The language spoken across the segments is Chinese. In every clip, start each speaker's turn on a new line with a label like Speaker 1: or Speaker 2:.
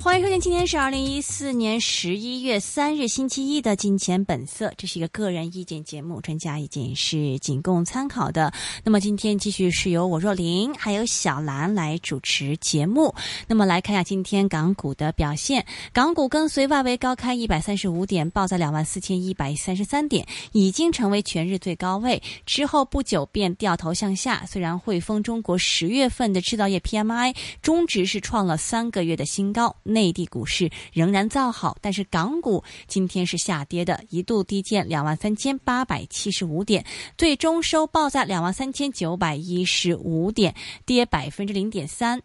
Speaker 1: 欢迎收听，今天是二零一四年十一月三日星期一的《金钱本色》，这是一个个人意见节目，专家意见是仅供参考的。那么今天继续是由我若琳还有小兰来主持节目。那么来看一下今天港股的表现，港股跟随外围高开一百三十五点，报在两万四千一百三十三点，已经成为全日最高位。之后不久便掉头向下，虽然汇丰中国十月份的制造业 PMI 终值是创了三个月的新高，内。内地股市仍然造好，但是港股今天是下跌的，一度低见两万三千八百七十五点，最终收报在两万三千九百一十五点，跌百分之零点三。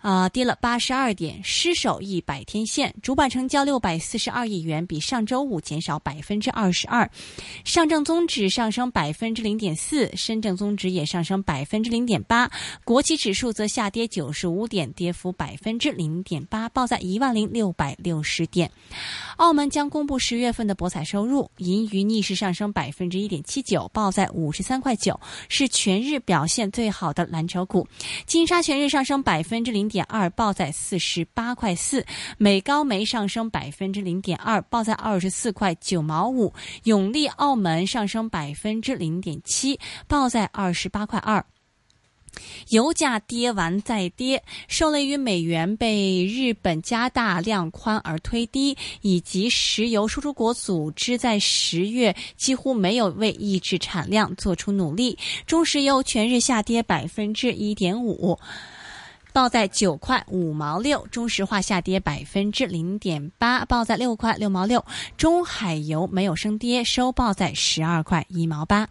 Speaker 1: 啊、呃，跌了八十二点，失守一百天线。主板成交六百四十二亿元，比上周五减少百分之二十二。上证综指上升百分之零点四，深证综指也上升百分之零点八。国企指数则下跌九十五点，跌幅百分之零点八，报在一万零六百六十点。澳门将公布十月份的博彩收入，盈余逆势上升百分之一点七九，报在五十三块九，是全日表现最好的蓝筹股。金沙全日上升百分之零。点二报在四十八块四，美高梅上升百分之零点二，报在二十四块九毛五；永利澳门上升百分之零点七，报在二十八块二。油价跌完再跌，受累于美元被日本加大量宽而推低，以及石油输出国组织在十月几乎没有为抑制产量做出努力。中石油全日下跌百分之一点五。报在九块五毛六，中石化下跌百分之零点八，报在六块六毛六。中海油没有升跌，收报在十二块一毛八。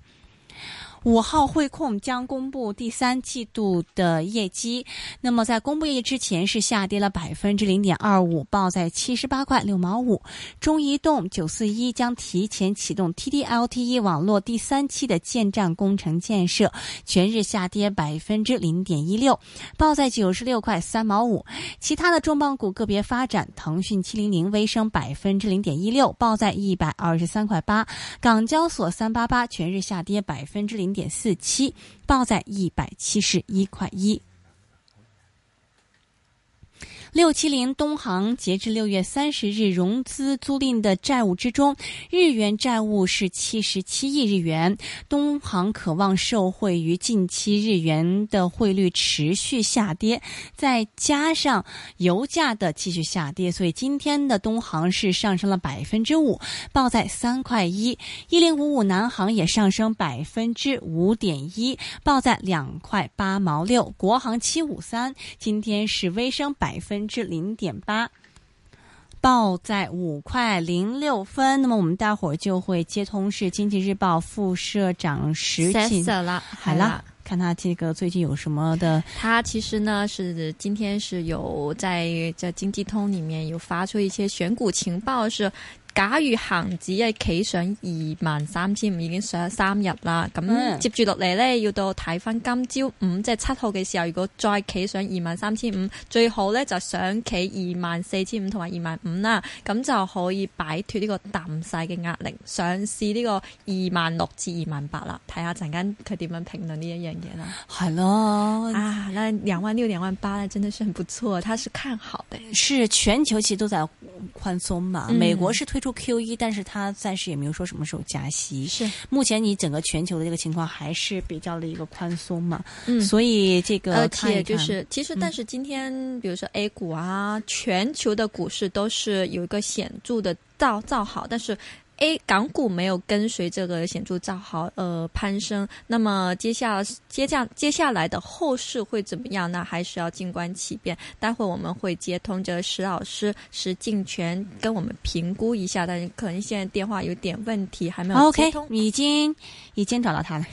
Speaker 1: 五号汇控将公布第三季度的业绩，那么在公布业绩之前是下跌了百分之零点二五，报在七十八块六毛五。中移动九四一将提前启动 TD-LTE E 网络第三期的建站工程建设，全日下跌百分之零点一六，报在九十六块三毛五。其他的重磅股个别发展，腾讯七零零微升百分之零点一六，报在一百二十三块八。港交所三八八全日下跌百分之零。点四七，报在一百七十一块一。六七零东航截至六月三十日融资租赁的债务之中，日元债务是七十七亿日元。东航渴望受惠于近期日元的汇率持续下跌，再加上油价的继续下跌，所以今天的东航是上升了百分之五，报在三块一。一零五五南航也上升百分之五点一，报在两块八毛六。国航七五三今天是微升百分。分之零点八，报在五块零六分。那么我们待会儿就会接通是《经济日报》副社长石锦
Speaker 2: 了，
Speaker 1: 海拉。看他这个最近有什么的？
Speaker 2: 他其实呢是今天是有在在经济通里面有發出一些選股情報，是假如恒指係企上二萬三千五已經上三日啦。咁、嗯、接住落嚟呢，要到睇翻今朝五即係七號嘅時候，如果再企上二萬三千五，最好呢就上企二萬四千五同埋二萬五啦。咁就可以擺脱呢個淡勢嘅壓力，上試呢個二萬六至二萬八啦。睇下陣間佢點樣評論呢一樣。
Speaker 1: 好了
Speaker 2: 啊，那兩萬六、兩萬八呢，真的是很不錯，它是看好的。
Speaker 1: 是全球其實都在寬鬆嘛，嗯、美國是推出 QE，但是它暫時也沒有說什麼時候加息。
Speaker 2: 是
Speaker 1: 目前你整個全球的這個情況還是比較的一個寬鬆嘛，嗯、所以這個
Speaker 2: 呃而且就是其實，但是今天、嗯、比如說 A 股啊，全球的股市都是有一個顯著的造造好，但是。A 港股沒有跟隨這個顯著造好，呃攀升。那麼接下接下接下來的後市會怎麼樣呢？還是要靜觀其變。待會我們會接通這石老師石鏡泉跟我們評估一下，但是可能現在電話有點問題，還沒有接通。
Speaker 1: Okay, 已經已經找到他了。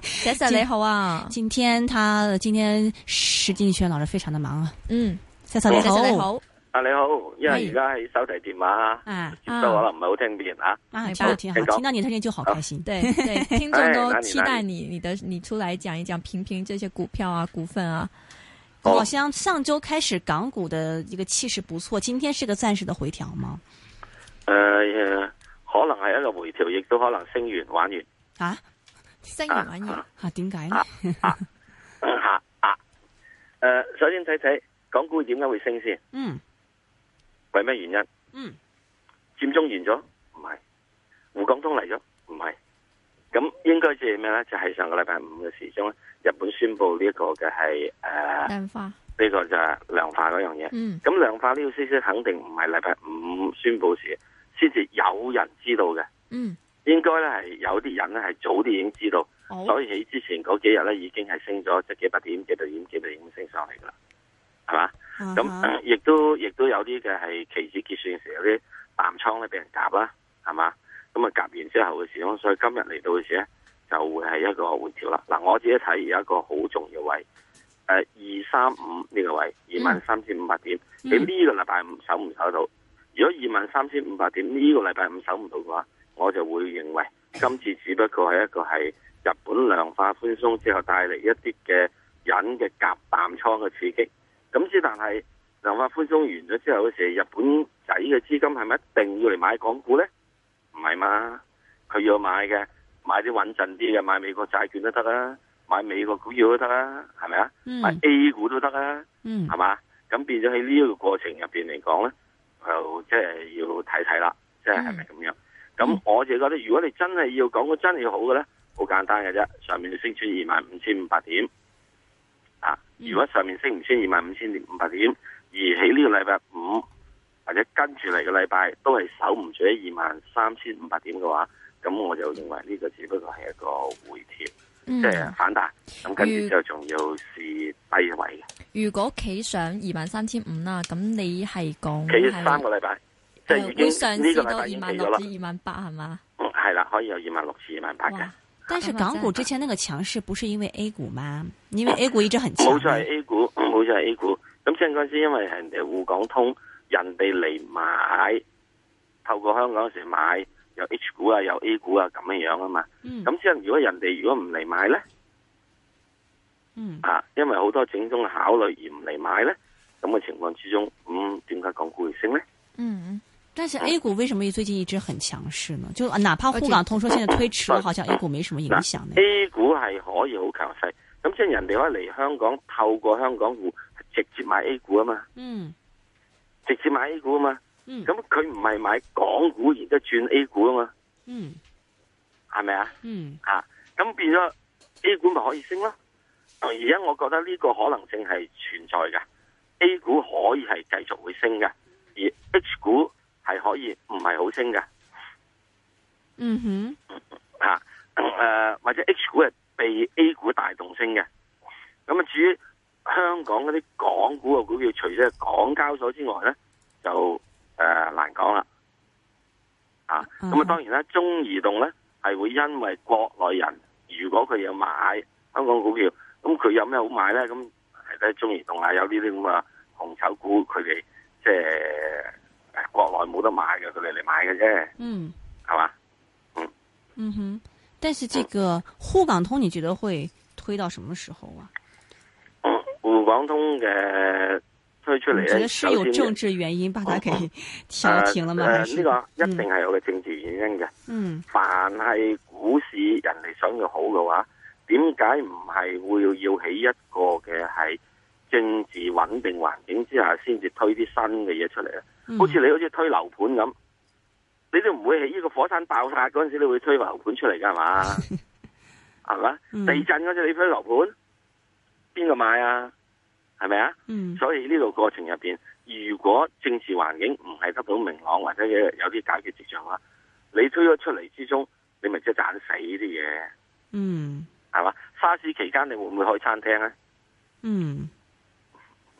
Speaker 2: 謝謝雷猴啊！
Speaker 1: 今天他今天石鏡泉老師非常的忙啊。
Speaker 2: 嗯，
Speaker 1: 謝謝雷猴。
Speaker 3: 啊你好，因為而家喺手提電話
Speaker 1: 啊
Speaker 3: 接收可能唔係好聽見啊。
Speaker 1: 啊，
Speaker 2: 没
Speaker 1: 挺好
Speaker 2: 吧
Speaker 1: 挺
Speaker 3: 那
Speaker 1: 好，
Speaker 3: 个
Speaker 1: 听到你的推荐就好开心。
Speaker 2: 哎对对，听众
Speaker 3: 哎
Speaker 2: 都
Speaker 3: 哪里
Speaker 2: 期
Speaker 3: 哪
Speaker 2: 待
Speaker 3: 里
Speaker 2: 你你的你出来讲一讲评评这些股票啊、股份啊。
Speaker 1: 好像上周开始港股的一个气势不错，今天是个暂时的回调吗？
Speaker 3: 诶、呃可能係一個回調，亦都可能升完玩完。
Speaker 1: 啊
Speaker 2: 新完玩完，
Speaker 1: 啊，點解呢？
Speaker 3: 啊啊！诶、首先睇睇港股點解會升先，
Speaker 1: 嗯
Speaker 3: 為咩原因？
Speaker 1: 嗯
Speaker 3: 佔中完咗，唔係；胡廣東嚟咗，唔係。咁應該即係咩咧？就係、上個禮拜五嘅時鐘咧，日本宣布呢一個嘅係誒
Speaker 2: 淡化，
Speaker 3: 呢個就係量化嗰樣嘢。
Speaker 2: 嗯
Speaker 3: 咁量化呢個消息肯定唔係禮拜五宣布時先至有人知道嘅，
Speaker 2: 嗯，
Speaker 3: 應該咧係有啲人咧係早啲已經知道，
Speaker 2: 好，
Speaker 3: 所以喺之前嗰幾日咧已經係升咗即係幾百點、幾百點、幾百點咁升上嚟㗎啦，係嘛？
Speaker 1: 啊
Speaker 3: 咁
Speaker 1: 哈
Speaker 3: 呃亦都亦都有啲嘅係期指結算嘅時候有啲淡倉咧俾人夾啦，係嘛？咁啊夾完之後嘅時候，所以今日嚟到嘅時咧就會係一個回調啦。嗱，我自己睇有一個好重要位，誒二三五呢個位，
Speaker 1: 嗯
Speaker 3: 二萬三千五百點，你呢個禮拜五守唔守到？如果二萬三千五百點呢個禮拜五守唔到嘅話，我就會認為今次只不過係一個係日本量化寬鬆之後帶嚟一啲嘅人嘅夾淡倉嘅刺激。咁之但係量化寬鬆完咗之後嗰時，日本仔嘅資金係咪一定要嚟買港股呢？唔係嘛，佢要買嘅，買啲穩陣啲嘅，買美國債券都得啦，買美國股票都得啦，係咪啊？買
Speaker 1: 嗯
Speaker 3: A 股都得啦，
Speaker 1: 嗯
Speaker 3: 係嘛？咁變咗喺呢個過程入邊嚟講呢，就即係要睇睇啦，即係係咪咁樣？咁我自己覺得，如果你真係要講個真係要好嘅呢，好簡單嘅啫，上面升穿二萬五千五百點。啊，如果上面升唔穿二萬五千五百點，而喺呢個禮拜五或者跟住嚟嘅禮拜都係守唔住喺二萬三千五百點嘅話，咁我就認為呢個只不過係一個回調，
Speaker 2: 嗯
Speaker 3: 即係反彈。咁跟住之後仲要試低位嘅，
Speaker 2: 如果企上二萬三千五啦，咁你係講
Speaker 3: 企
Speaker 2: 係
Speaker 3: 三個禮拜，即係已
Speaker 2: 會上
Speaker 3: 經呢個
Speaker 2: 試
Speaker 3: 禮
Speaker 2: 到
Speaker 3: 拜已
Speaker 2: 二
Speaker 3: 經
Speaker 2: 萬
Speaker 3: 企咗
Speaker 2: 六
Speaker 3: 啦
Speaker 2: 至。二萬八係嘛？
Speaker 3: 嗯，係啦，可以有二萬六至二萬八嘅
Speaker 2: 哇。，
Speaker 1: 但是港股之前那个强势不是因为 A 股吗？因为 A 股一直很强。
Speaker 3: 冇錯係 A 股，冇錯係 A 股。咁即係嗰陣時，因為人哋滬港通，人哋嚟買，透過香港嗰時買，有 H 股啊，有 A 股啊咁樣樣啊嘛。
Speaker 1: 嗯
Speaker 3: 咁即係如果人哋如果唔嚟買咧，
Speaker 1: 嗯
Speaker 3: 啊，因為好多種種嘅考慮而唔嚟買咧，咁嘅情況之中，咁點解港股會升咧？
Speaker 2: 嗯
Speaker 1: 但是 A 股为什么最近一直很强势呢？就哪怕沪港通说现在推迟了，好像 A 股没什么影响呢。
Speaker 3: A 股係可以好強勢，咁即係人哋可以嚟香港，透過香港股直接買 A 股啊嘛，
Speaker 1: 嗯
Speaker 3: 直接買 A 股啊嘛。
Speaker 1: 嗯
Speaker 3: 咁佢唔係買港股，然之後轉 A 股啊嘛，
Speaker 1: 嗯
Speaker 3: 係咪啊？
Speaker 1: 嗯
Speaker 3: 啊，咁變咗 A 股咪可以升咯。而家我覺得呢個可能性係存在嘅，A 股可以係繼續會升嘅，而 H 股係可以唔係好升嘅
Speaker 1: 嗯哼
Speaker 3: 嚇。誒、或者 H 股係被 A 股帶動升嘅。咁啊，至於香港嗰啲港股嘅股票，除咗係港交所之外咧，就誒、呃、難講啦。啊，咁啊，
Speaker 1: 嗯
Speaker 3: 當然啦，中移動咧係會因為國內人如果佢有買香港股票，咁佢有咩好買咧？咁係咧，中移動啊，有呢啲咁嘅紅籌股，佢哋即係誒國內冇得買嘅，佢哋嚟買嘅啫，
Speaker 1: 嗯
Speaker 3: 係嘛？
Speaker 1: 嗯哼。但是这个沪港通，你觉得会推到什么时候啊？
Speaker 3: 沪港通嘅推出嚟
Speaker 1: 你觉
Speaker 3: 咧，
Speaker 1: 得是有
Speaker 3: 首先
Speaker 1: 政治原因把它给 调
Speaker 3: 呃
Speaker 1: 停了吗？
Speaker 3: 呃
Speaker 1: 还
Speaker 3: 呢
Speaker 1: 是
Speaker 3: 個一定係有嘅政治原因嘅。
Speaker 1: 嗯
Speaker 3: 凡係股市人哋想要好嘅話，點解唔係會要起一個嘅係政治穩定環境之下，先至推啲新嘅嘢出嚟咧？啊
Speaker 1: 嗯
Speaker 3: 好似你好似推樓盤咁，你都唔會喺呢個火山爆發嗰陣時，你會推樓盤出嚟㗎 係嘛？係嘛？
Speaker 1: 嗯
Speaker 3: 地震嗰陣你推樓盤，邊個買啊？係咪啊？
Speaker 1: 嗯
Speaker 3: 所以呢個過程入邊，如果政治環境唔係得到明朗或者有啲解決跡象啦，你推咗出嚟之中，你咪即係盞死啲嘢，
Speaker 1: 嗯
Speaker 3: 係嘛？沙士期間你會唔會開餐廳啊？
Speaker 1: 嗯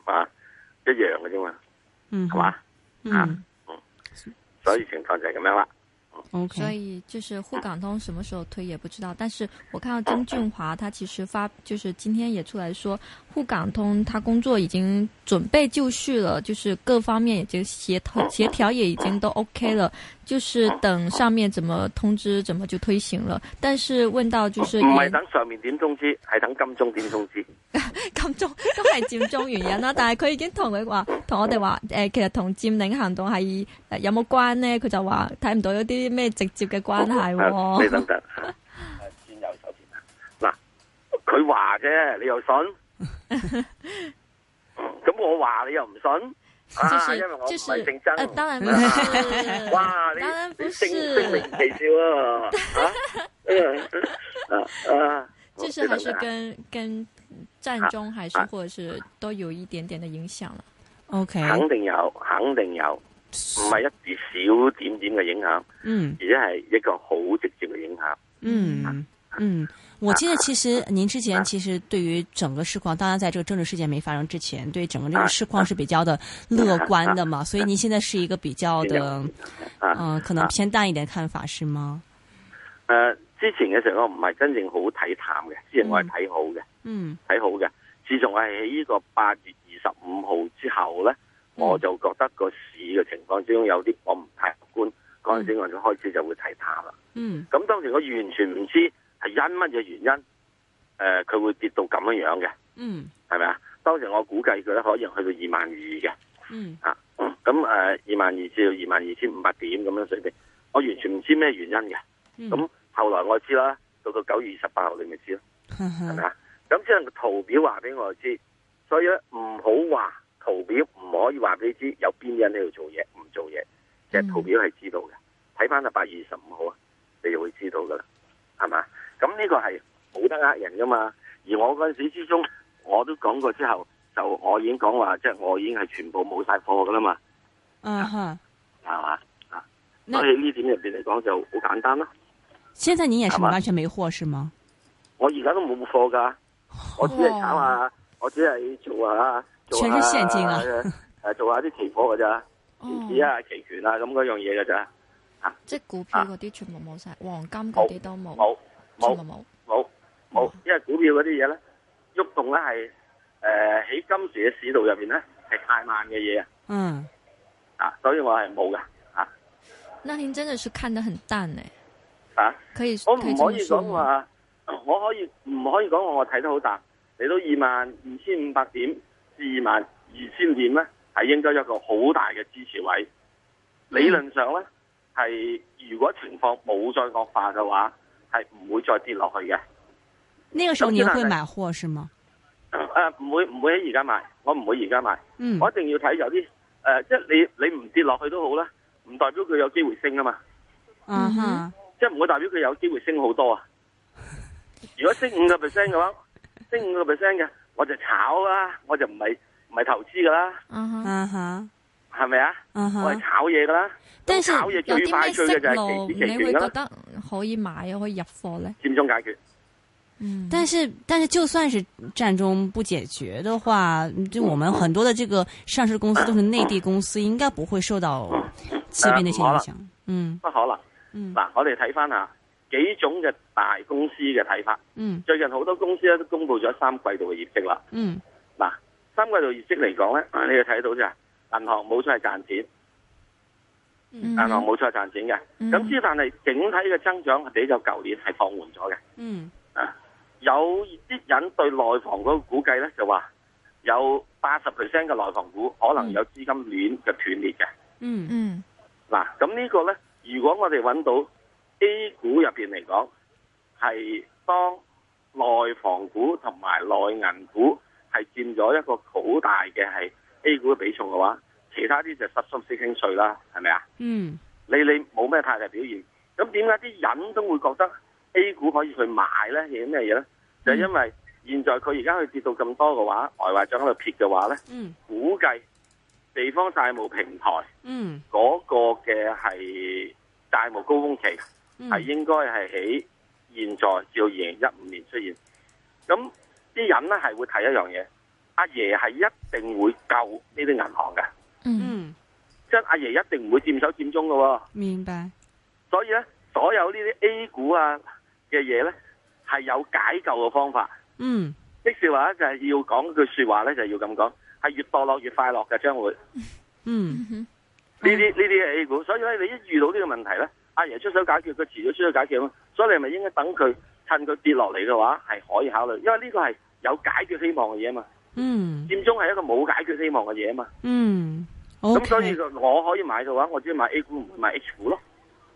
Speaker 3: 啊，一樣嘅啫嘛，啊
Speaker 1: 嗯，
Speaker 3: 係嘛？
Speaker 1: 嗯。
Speaker 3: 所以情況就係咁樣啦。
Speaker 1: OK，
Speaker 2: 所以就是沪港通什么时候推也不知道，但是我看
Speaker 3: 嗯
Speaker 2: 到曾俊华他其实发就是今天也出来说，沪港通他工作已经准备就绪了，就是各方面已经协调
Speaker 3: 嗯
Speaker 2: 协调也已经都 OK 了，就是等上面怎么通知怎么就推行了。但是问到就是
Speaker 3: 哦唔係
Speaker 2: 延
Speaker 3: 等上面點通知，係等金鐘點通知。
Speaker 2: 咁中都係佔中原因啦，但係佢已經同佢話，同我哋話，誒、其實同佔領行動係誒有冇關呢？佢就話睇唔到有啲咩直接嘅關係喎、
Speaker 3: 啊 你等等，啊先有手先。嗱，佢話啫，你又信？咁我話你又唔信？
Speaker 2: 就是
Speaker 3: 啊，因為我唔
Speaker 2: 就是
Speaker 3: 係姓
Speaker 2: 呃
Speaker 3: 曾。
Speaker 2: 當 然不
Speaker 3: 啊
Speaker 2: 是
Speaker 3: 哇！你
Speaker 2: 當然不
Speaker 3: 你
Speaker 2: 是
Speaker 3: 正正明其 兆啊！啊啊啊！
Speaker 2: 就是还是
Speaker 3: 你等等啊
Speaker 2: 跟跟战
Speaker 3: 啊
Speaker 2: 中还是或者是都有一点点的影响了。
Speaker 1: OK，
Speaker 3: 肯定有，肯定有，唔係一啲小點點嘅影響，
Speaker 1: 嗯
Speaker 3: 而且係一個好直接嘅影響。
Speaker 1: 嗯嗯，我记得其实您之前其实对于整个市况，当然在这个政治事件没发生之前，对整个这个市况是比较的乐观的嘛，所以您现在是一个比较的，
Speaker 3: 啊
Speaker 1: 嗯、可能偏淡一点看法是吗？
Speaker 3: 诶、呃之前嘅時候我唔係真正好睇淡嘅，之前我係睇好嘅，
Speaker 1: 嗯
Speaker 3: 睇、好嘅。自從我係喺呢個八月二十五號之後咧，
Speaker 2: 嗯
Speaker 3: 我就覺得個市嘅情況之中有啲我唔太樂觀，嗰陣時我就開始就會睇淡啦。
Speaker 1: 嗯
Speaker 3: 咁當時我完全唔知係因乜嘢原因，誒、佢會跌到咁樣樣嘅，
Speaker 1: 嗯
Speaker 3: 係咪啊？當時我估計佢咧可以去到二萬二嘅。
Speaker 1: 嗯
Speaker 3: 啊，咁誒二萬二至到二萬二千五百點咁樣水平，我完全唔知咩原因嘅。
Speaker 1: 嗯
Speaker 3: 咁、後來我知啦，到到九月二十八號你咪知咯，
Speaker 1: 呵
Speaker 3: 係咪
Speaker 1: 呵，
Speaker 3: 啊？咁只能個圖表話俾我知，所以咧唔好話圖表唔可以話俾你知有邊啲人喺度做嘢唔做嘢，其實圖表係知道嘅。睇翻啊八月二十五號啊，你就會知道噶啦，係嘛？咁呢個係冇得呃人噶嘛。而我嗰陣時之中，我都講過之後，就我已經講話，即、係、我已經係全部冇晒貨噶啦嘛。
Speaker 1: 啊哈，
Speaker 3: 系嘛啊？
Speaker 1: 那
Speaker 3: 所以呢點入边嚟講就好簡單啦。
Speaker 1: 现在您也是
Speaker 3: 好吧
Speaker 1: 完全没货是吗？
Speaker 3: 我而家都冇貨
Speaker 1: 哦
Speaker 3: 㗎，我只係炒下，我只係做下，做下
Speaker 1: 全是現金啊
Speaker 3: 誒做下啲期貨㗎咋，期指
Speaker 2: 哦，
Speaker 3: 啊、期權啊咁嗰樣嘢㗎咋，
Speaker 2: 即系股票嗰啲全部冇晒，黃金嗰啲都冇，
Speaker 3: 啊
Speaker 1: 哦
Speaker 2: 全
Speaker 3: 冇冇
Speaker 2: 部冇。
Speaker 3: 冇冇，因為股票嗰啲嘢咧，喐動咧係诶喺今時嘅市道入边咧係太慢嘅嘢啊，
Speaker 1: 嗯
Speaker 3: 啊，所以我係冇㗎啊
Speaker 2: 那您真的是看得很淡呢、
Speaker 3: 啊。
Speaker 2: 可以
Speaker 3: 我唔
Speaker 2: 可以这
Speaker 3: 可
Speaker 2: 么
Speaker 3: 以
Speaker 2: 说
Speaker 3: 講
Speaker 2: 吗。
Speaker 3: 話，我可以唔可以講話我睇得好淡？嚟到二萬二千五百點至二萬二千點咧，係應該有一個好大嘅支持位。理論上咧，係如果情況冇再惡化嘅話，係唔會再跌落去嘅。
Speaker 1: 那个时候您会买货是吗？
Speaker 3: 啊，唔會唔會喺而家買，我唔會而家買，
Speaker 1: 嗯
Speaker 3: 我一定要睇有啲誒、呃即係你你唔跌落去都好啦，唔代表佢有機會升啊嘛，
Speaker 1: 啊哈，
Speaker 3: 即係唔會代表佢有機會升好多啊。如果升五個 percent 嘅話，升五個 percent 嘅，我就炒啦，我就唔係唔係投資噶啦，
Speaker 2: 嗯哼，
Speaker 1: 啊哈，
Speaker 3: 係咪啊？
Speaker 1: 啊
Speaker 3: 我係
Speaker 1: 哈，
Speaker 3: 炒嘢噶啦，
Speaker 1: 但是
Speaker 3: 炒嘢
Speaker 2: 有
Speaker 3: 最
Speaker 2: 啲
Speaker 3: 快
Speaker 2: 咩
Speaker 3: 最
Speaker 2: 息
Speaker 3: 嘅就
Speaker 2: 路
Speaker 3: 係期指期
Speaker 2: 你會
Speaker 3: 權
Speaker 2: 覺
Speaker 3: 啦，
Speaker 2: 得可以買可以入貨咧？
Speaker 3: 佔中解決。
Speaker 2: 嗯，
Speaker 1: 但是但是就算是战中不解决的话，就我们很多的这个上市公司都是内地公司，应该不会受到这边的一些影响。嗯
Speaker 3: 不可能。
Speaker 1: 嗯
Speaker 3: 嗱，我哋睇翻下幾種嘅大公司嘅睇法。
Speaker 1: 嗯
Speaker 3: 最近好多公司咧都公布咗三季度嘅業績啦。
Speaker 1: 嗯
Speaker 3: 嗱，三季度業績嚟講咧，你就睇到就係銀行冇錯係賺錢，
Speaker 2: 嗯
Speaker 3: 銀行冇錯係賺錢嘅。咁之但係整體嘅增長比較舊年係放緩咗嘅。
Speaker 1: 嗯
Speaker 3: 有啲人對內房嗰個估計咧就話有八十 percent 嘅內房股可能有資金鏈嘅斷裂嘅。
Speaker 1: 嗯
Speaker 2: 嗯
Speaker 3: 嗱，咁呢個呢，如果我哋揾到 A 股入邊嚟講，係當內房股同埋內銀股係佔咗一個好大嘅係 A 股嘅比重嘅話，其他啲就失心息輕碎啦，係咪啊？
Speaker 1: 嗯
Speaker 3: 你你冇咩太大表現，咁點解啲人都會覺得 A 股可以去買呢？係咩嘢呢？就係因為現在佢而家佢跌到咁多嘅話，外匯帳喺度撇嘅話呢，
Speaker 1: 嗯
Speaker 3: 估計地方債務平台。
Speaker 1: 嗯
Speaker 3: 嗰個嘅係債務高峰期
Speaker 1: 嗯
Speaker 3: 係應該係喺現在至到二零一五年出現。咁啲人咧係會睇一樣嘢，阿爺係一定會救呢啲銀行嘅，
Speaker 2: 嗯
Speaker 1: 嗯，
Speaker 3: 即係阿爺一定唔會佔手佔中嘅喎。
Speaker 1: 明白。
Speaker 3: 所以咧，所有呢啲 A 股啊嘅嘢咧，係有解救嘅方法。
Speaker 1: 嗯
Speaker 3: 即是話就係要講句説話咧，就要咁講，係越墮落越快樂嘅將會。
Speaker 1: 嗯
Speaker 3: 呢啲呢啲係 A 股，所以咧你一遇到呢個問題咧，阿爺出手解決，佢遲早出手解決啊嘛，所以你咪應該等佢趁佢跌落嚟嘅話係可以考慮，因為呢個係有解決希望嘅嘢啊嘛，
Speaker 1: 嗯
Speaker 3: 佔中係一個冇解決希望嘅嘢啊嘛，
Speaker 1: 嗯
Speaker 3: 咁、
Speaker 1: ，OK。
Speaker 3: 所以我可以買嘅話，我只係買 A 股，唔會買 H 股咯。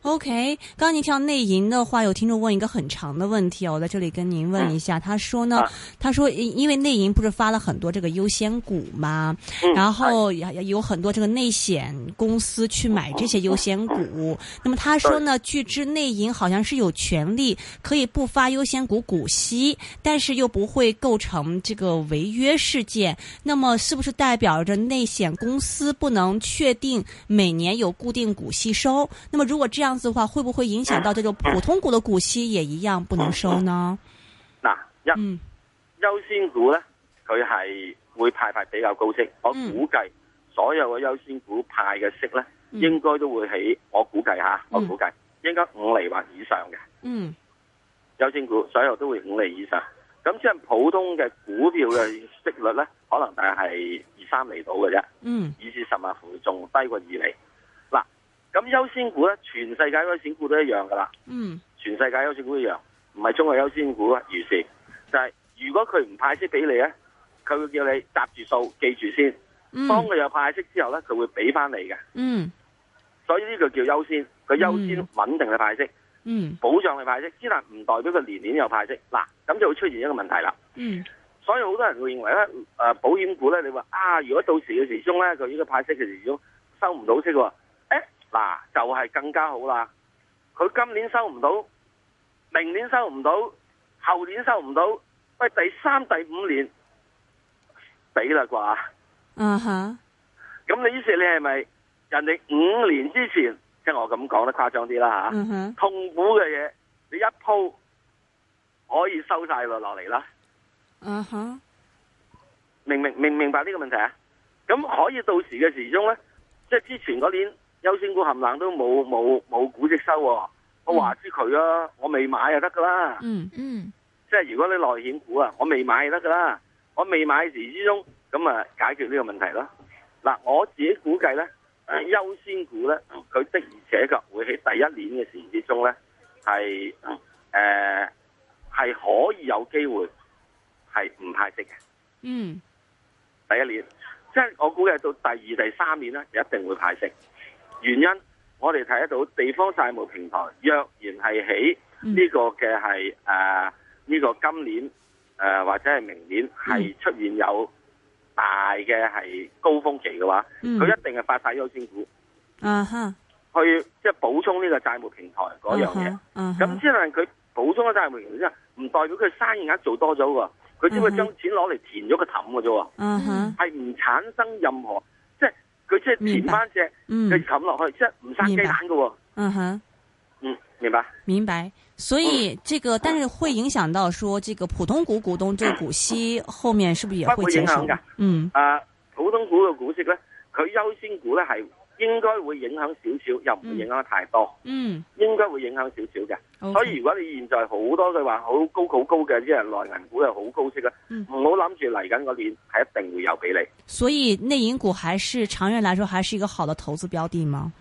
Speaker 1: OK，刚刚您提到内银的话，有听众问一个很长的问题哦，我在这里跟您问一下。他说呢
Speaker 3: 啊，
Speaker 1: 他说因因为内银不是发了很多这个优先股嘛，
Speaker 3: 嗯
Speaker 1: 然后也有很多这个内险公司去买这些优先 股。那么他说呢，据知内银好像是有权利可以不发优先股股息，但是又不会构成这个违约事件。那么是不是代表着内险公司不能确定每年有固定股息收？那么如果这样子的话，会不会影响到这种普通股的股息也一样不能收呢？
Speaker 3: 嗱，一
Speaker 1: 嗯
Speaker 3: 優先股咧，佢係會派發比較高息，我
Speaker 1: 嗯
Speaker 3: 估計所有嘅優先股派嘅息咧，
Speaker 1: 嗯
Speaker 3: 應該都會喺我估計吓，我
Speaker 1: 嗯
Speaker 3: 估計應該五厘或以上嘅。
Speaker 1: 嗯
Speaker 3: 優先股，所有都會五厘以上。咁即係普通嘅股票嘅息率咧，可能大概係二三厘到嘅啫，
Speaker 1: 嗯
Speaker 3: 以至甚至乎仲低過二厘。嗱，咁優先股咧，全世界優先股都一樣噶啦，
Speaker 1: 嗯
Speaker 3: 全世界優先股一樣，唔係中國優先股啊，如是就係、如果佢唔派息俾你咧，佢會叫你搭住數，記住先。當
Speaker 1: 嗯
Speaker 3: 佢有派息之後咧，佢會俾翻你嘅。
Speaker 1: 嗯
Speaker 3: 所以呢個叫優先，佢優先
Speaker 1: 嗯
Speaker 3: 穩定嘅派息，
Speaker 1: 嗯
Speaker 3: 保障嘅派息，之但唔代表佢年年有派息。嗱，咁就會出現一個問題啦。
Speaker 1: 嗯
Speaker 3: 所以好多人會認為咧，誒、保險股咧，你話啊，如果到時嘅時鐘咧，佢呢個派息嘅時鐘收唔到息喎，誒嗱就係、更加好啦。佢今年收唔到，明年收唔到，後年收唔到，喂第三、第五年俾啦啩？
Speaker 1: 啊哈
Speaker 3: 咁你於是你係咪人哋五年之前，即係我咁講得誇張啲啦嚇，
Speaker 1: 嗯哼
Speaker 3: 痛苦嘅嘢你一鋪可以收晒落落嚟啦。
Speaker 1: 啊哈
Speaker 3: 明唔明明唔明白呢個問題啊？咁可以到時嘅時鐘呢，即係之前嗰年優先股冚冷都冇冇冇股息收、喎。我話知佢啊，我未買就得噶啦。
Speaker 1: 嗯
Speaker 2: 嗯
Speaker 3: 即係如果你內險股啊，我未買就得噶啦。我未買時之中，咁啊解決呢個問題啦。嗱，我自己估計呢，呃優先股呢，佢的而且確會喺第一年嘅時之中呢，係誒係可以有機會係唔派息嘅。
Speaker 1: 嗯
Speaker 3: 第一年，即係我估計到第二、第三年咧，就一定會派息。原因我哋睇得到地方債務平台若然係喺呢個嘅係誒呢個今年誒、呃或者係明年係出現有大嘅係高峰期嘅話，
Speaker 1: 嗯
Speaker 3: 佢、一定係發晒優先股
Speaker 1: 啊哈
Speaker 3: 去即係補充呢個債務平台嗰樣嘢。
Speaker 1: 啊哈
Speaker 3: 咁之但佢補充咗債務平台之後，唔代表佢生意額做多咗喎，佢只會將錢攞嚟填咗個氹嘅啫喎。
Speaker 1: 啊哈
Speaker 3: 係唔產生任何，即係佢即係填翻隻
Speaker 1: 嗯
Speaker 3: 佢冚落去，即係唔生雞蛋嘅喎。
Speaker 1: 啊哈。
Speaker 3: 嗯，明白？
Speaker 1: 明白，所
Speaker 3: 嗯
Speaker 1: 以这个，但是会影响到说这个普通股股东这个股息后面是不是也会减少
Speaker 3: 不会影响的？
Speaker 1: 嗯
Speaker 3: 啊，普通股嘅股息咧，佢優先股咧係應該會影響少少，又唔會影響得太多，
Speaker 1: 嗯
Speaker 3: 應該會影響少少嘅。
Speaker 1: ，OK，
Speaker 3: 所以如果你現在好多嘅話好高好高嘅，即係內銀股又好高息嘅，
Speaker 1: 嗯
Speaker 3: 唔好諗住嚟緊嗰年係一定會有俾你。
Speaker 1: 所以内银股还是长远来说还是一个好的投资标的吗？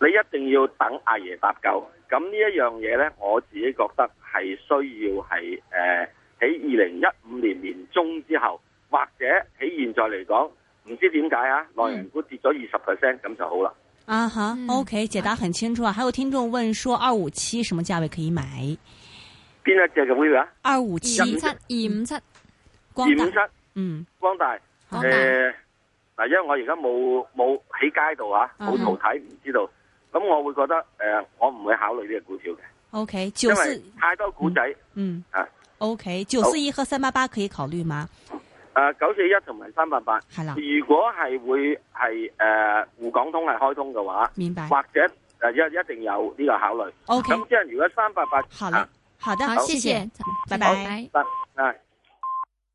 Speaker 3: 你一定要等阿爺搭救。咁呢一樣嘢呢，我自己覺得係需要係誒喺二零一五年年中之後，或者喺現在嚟講，唔知點解啊，內銀股跌咗二十 percent 咁就好啦。
Speaker 1: 啊哈、
Speaker 2: 嗯
Speaker 1: o k 解答很清楚啊。还有听众问说，二五七什么价位可以买？
Speaker 3: 邊一隻嘅 v i 啊？
Speaker 1: 二五七
Speaker 2: 二五七二五七，
Speaker 3: 二
Speaker 1: 光
Speaker 3: 五
Speaker 1: 大，
Speaker 3: 七
Speaker 1: 嗯
Speaker 3: 光大
Speaker 2: 光
Speaker 3: 誒
Speaker 2: 大
Speaker 3: 嗱、因為我而家冇冇喺街度啊，
Speaker 1: 嗯
Speaker 3: 冇圖睇唔知道。咁我會覺得誒、呃我唔會考慮呢個股票嘅，
Speaker 1: ，OK，
Speaker 3: 因
Speaker 1: 九
Speaker 3: 為
Speaker 1: 四，
Speaker 3: 太多股仔。
Speaker 1: 嗯
Speaker 3: 啊
Speaker 1: ，OK，九四一和三八八可以考虑吗？
Speaker 3: 誒啊九四一同埋三八八，
Speaker 1: 好啦
Speaker 3: 如果係會係誒、呃滬港通係開通嘅話，
Speaker 1: 明白
Speaker 3: 或者誒、呃一一定有呢個考慮。
Speaker 1: ，OK，
Speaker 3: 咁即係如果三八八
Speaker 1: 好嘞，好的，
Speaker 2: 好，谢
Speaker 1: 谢，
Speaker 2: 谢，
Speaker 1: 拜拜
Speaker 2: 拜
Speaker 3: 得啊。